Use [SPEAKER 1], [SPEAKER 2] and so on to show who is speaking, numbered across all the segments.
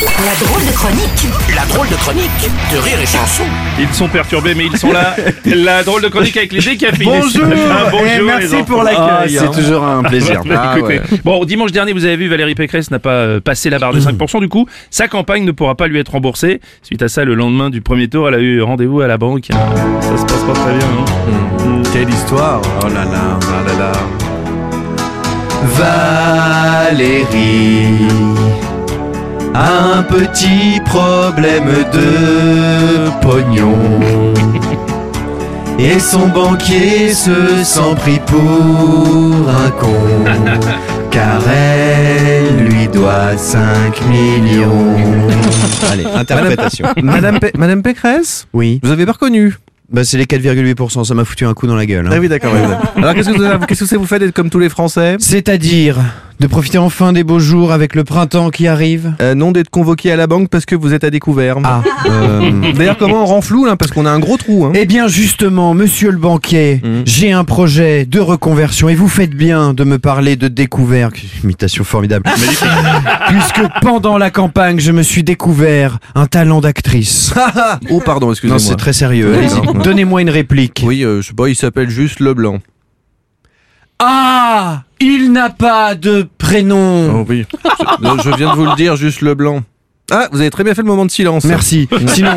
[SPEAKER 1] La drôle de chronique.
[SPEAKER 2] La drôle de chronique de Rire et Chanson.
[SPEAKER 3] Ils sont perturbés, mais ils sont là. La drôle de chronique avec les décaféinés.
[SPEAKER 4] Bonjour,
[SPEAKER 3] Ah, bonjour,
[SPEAKER 4] et
[SPEAKER 3] les
[SPEAKER 4] merci
[SPEAKER 3] enfants.
[SPEAKER 4] pour l'accueil.
[SPEAKER 5] Ah, c'est toujours un plaisir.
[SPEAKER 4] Ah,
[SPEAKER 3] Bah, écoutez. Bon, dimanche dernier, vous avez vu, Valérie Pécresse n'a pas euh, passé la barre des 5%. Du coup, sa campagne ne pourra pas lui être remboursée. Suite à ça, le lendemain du premier tour, elle a eu rendez-vous à la banque. Ça se passe pas très bien. hein.
[SPEAKER 4] Quelle histoire
[SPEAKER 5] Oh là là, oh là là. Valérie a un petit problème de pognon. Et son banquier se sent pris pour un con. Car elle lui doit 5 millions. Allez, interprétation.
[SPEAKER 4] Madame, Pe- Madame Pécresse
[SPEAKER 5] Oui.
[SPEAKER 4] Vous avez pas reconnu
[SPEAKER 5] Bah c'est les 4,8%, ça m'a foutu un coup dans la gueule. hein.
[SPEAKER 4] Ah oui, d'accord. oui, oui. Alors qu'est-ce que vous avez- qu'est-ce que c'est vous faites d'être comme tous les Français
[SPEAKER 5] C'est-à-dire de profiter enfin des beaux jours avec le printemps qui arrive.
[SPEAKER 4] Euh, Non, d'être convoqué à la banque parce que vous êtes à découvert. Mmh.
[SPEAKER 5] Ah, euh,
[SPEAKER 4] D'ailleurs, comment on rend flou là Parce qu'on a un gros trou. Hein.
[SPEAKER 5] Eh bien justement, monsieur le banquier, j'ai un projet de reconversion et vous faites bien de me parler de découvert. Imitation formidable. Puisque pendant la campagne, je me suis découvert un talent d'actrice.
[SPEAKER 4] oh, pardon, excusez-moi.
[SPEAKER 5] non, c'est très sérieux. Allez-y,
[SPEAKER 4] D'accord.
[SPEAKER 5] Donnez-moi une réplique.
[SPEAKER 4] Oui, euh, je sais pas, il s'appelle juste Leblanc.
[SPEAKER 5] Ah, il n'a pas de prénom.
[SPEAKER 4] Oh oui. Je, non, je viens de vous le dire, juste Leblanc. Ah, vous avez très bien fait le moment de silence.
[SPEAKER 5] Merci. Sinon,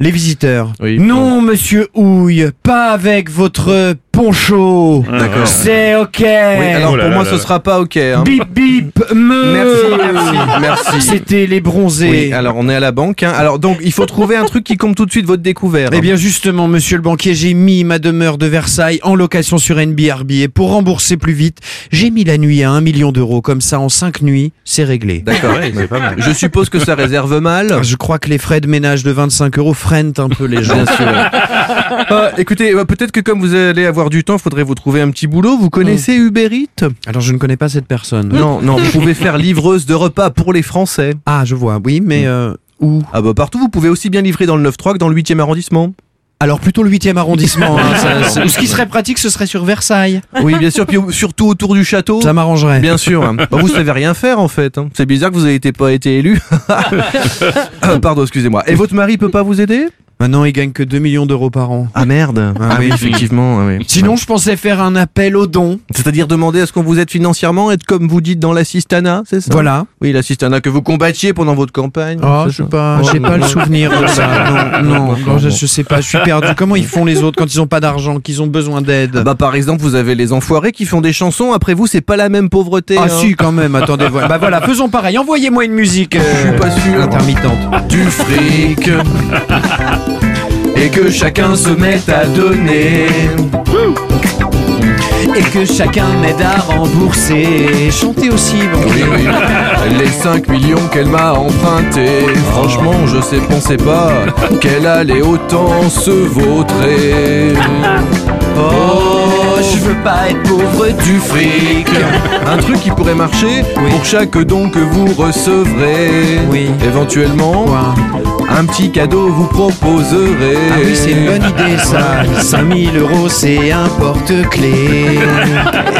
[SPEAKER 5] les visiteurs.
[SPEAKER 4] Oui.
[SPEAKER 5] non, monsieur Houille, pas avec votre poncho.
[SPEAKER 3] D'accord.
[SPEAKER 5] C'est ok.
[SPEAKER 4] Oui, alors
[SPEAKER 3] Oh là
[SPEAKER 4] pour
[SPEAKER 3] là
[SPEAKER 4] moi,
[SPEAKER 3] là
[SPEAKER 4] ce
[SPEAKER 3] là.
[SPEAKER 4] sera pas OK. Hein.
[SPEAKER 5] Bip bip, me.
[SPEAKER 4] Merci, merci, merci.
[SPEAKER 5] C'était les bronzés.
[SPEAKER 4] Oui, alors on est à la banque. Hein. Alors donc, il faut trouver un truc qui compte tout de suite votre découvert. hein.
[SPEAKER 5] Eh bien justement, monsieur le banquier, j'ai mis ma demeure de Versailles en location sur NBRB et pour rembourser plus vite, j'ai mis la nuit à un million d'euros. Comme ça, en cinq nuits, c'est réglé.
[SPEAKER 4] D'accord. Je suppose que ça réserve mal.
[SPEAKER 5] Je crois que les frais de ménage de 25 euros freinent un peu les gens.
[SPEAKER 4] Bien sûr. Ah, écoutez, euh, peut-être que comme vous allez avoir du temps, faudrait vous trouver un petit boulot. Vous connaissez Uber Eats
[SPEAKER 5] Alors je ne connais pas cette personne.
[SPEAKER 4] Mm. Non, non. Vous pouvez faire livreuse de repas pour les Français.
[SPEAKER 5] Ah, je vois. Oui, mais euh, où
[SPEAKER 4] Ah bah partout, vous pouvez aussi bien livrer dans le 9-3 que dans le 8e arrondissement.
[SPEAKER 5] Alors plutôt le 8e arrondissement. hein, ça- c'est- ce qui serait pratique, ce serait sur Versailles.
[SPEAKER 4] Oui, bien sûr. Puis surtout autour du château.
[SPEAKER 5] Ça m'arrangerait.
[SPEAKER 4] Bien sûr. hein. Bah, vous savez rien faire en fait. hein. C'est bizarre que vous n'ayez pas été élu. Ah, Pardon, excusez-moi. Et votre mari peut pas vous aider
[SPEAKER 5] Maintenant, il gagne que 2 millions d'euros par an.
[SPEAKER 4] Ah merde. Ah, oui, effectivement. ah oui.
[SPEAKER 5] Sinon, je pensais faire un appel aux dons.
[SPEAKER 4] C'est-à-dire demander à ce qu'on vous aide financièrement, être comme vous dites dans l'assistana, c'est ça
[SPEAKER 5] Voilà.
[SPEAKER 4] Oui, l'assistana que vous combattiez pendant votre campagne.
[SPEAKER 5] Oh,
[SPEAKER 4] c'est
[SPEAKER 5] je sais
[SPEAKER 4] ça.
[SPEAKER 5] pas, j'ai pas le souvenir de ça. Non, non, non, je, je sais pas, je suis perdu. Comment ils font les autres quand ils ont pas d'argent, qu'ils ont besoin d'aide
[SPEAKER 4] Bah par exemple, vous avez les enfoirés qui font des chansons, après vous, c'est pas la même pauvreté.
[SPEAKER 5] Ah
[SPEAKER 4] hein.
[SPEAKER 5] si, quand même. Attendez, voilà. Bah voilà, faisons pareil. Envoyez-moi une musique. euh,
[SPEAKER 4] Je suis pas sûr.
[SPEAKER 5] Intermittente.
[SPEAKER 4] du fric et que chacun se mette à donner.
[SPEAKER 5] Et que chacun m'aide à rembourser. Chantez aussi, bon.
[SPEAKER 4] Oui, oui. Les 5 millions qu'elle m'a empruntés. Franchement, je sais, pensais pas qu'elle allait autant se vautrer.
[SPEAKER 5] Oh, je veux pas être pauvre
[SPEAKER 4] Du fric, un truc qui pourrait marcher
[SPEAKER 5] Oui.
[SPEAKER 4] pour chaque don que vous recevrez.
[SPEAKER 5] Oui.
[SPEAKER 4] Éventuellement,
[SPEAKER 5] quoi.
[SPEAKER 4] un petit cadeau vous proposerez.
[SPEAKER 5] Ah oui, c'est une bonne idée ça. 5000 euros, c'est un porte-clés.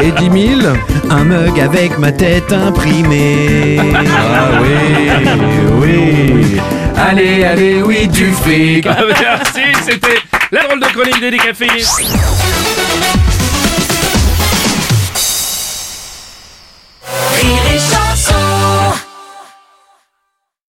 [SPEAKER 4] Et 10 000
[SPEAKER 5] Un mug avec ma tête imprimée.
[SPEAKER 4] Ah oui, oui. Allez, allez, oui, du fric.
[SPEAKER 3] Ah, Merci, c'était la drôle de chronique des décaféinés.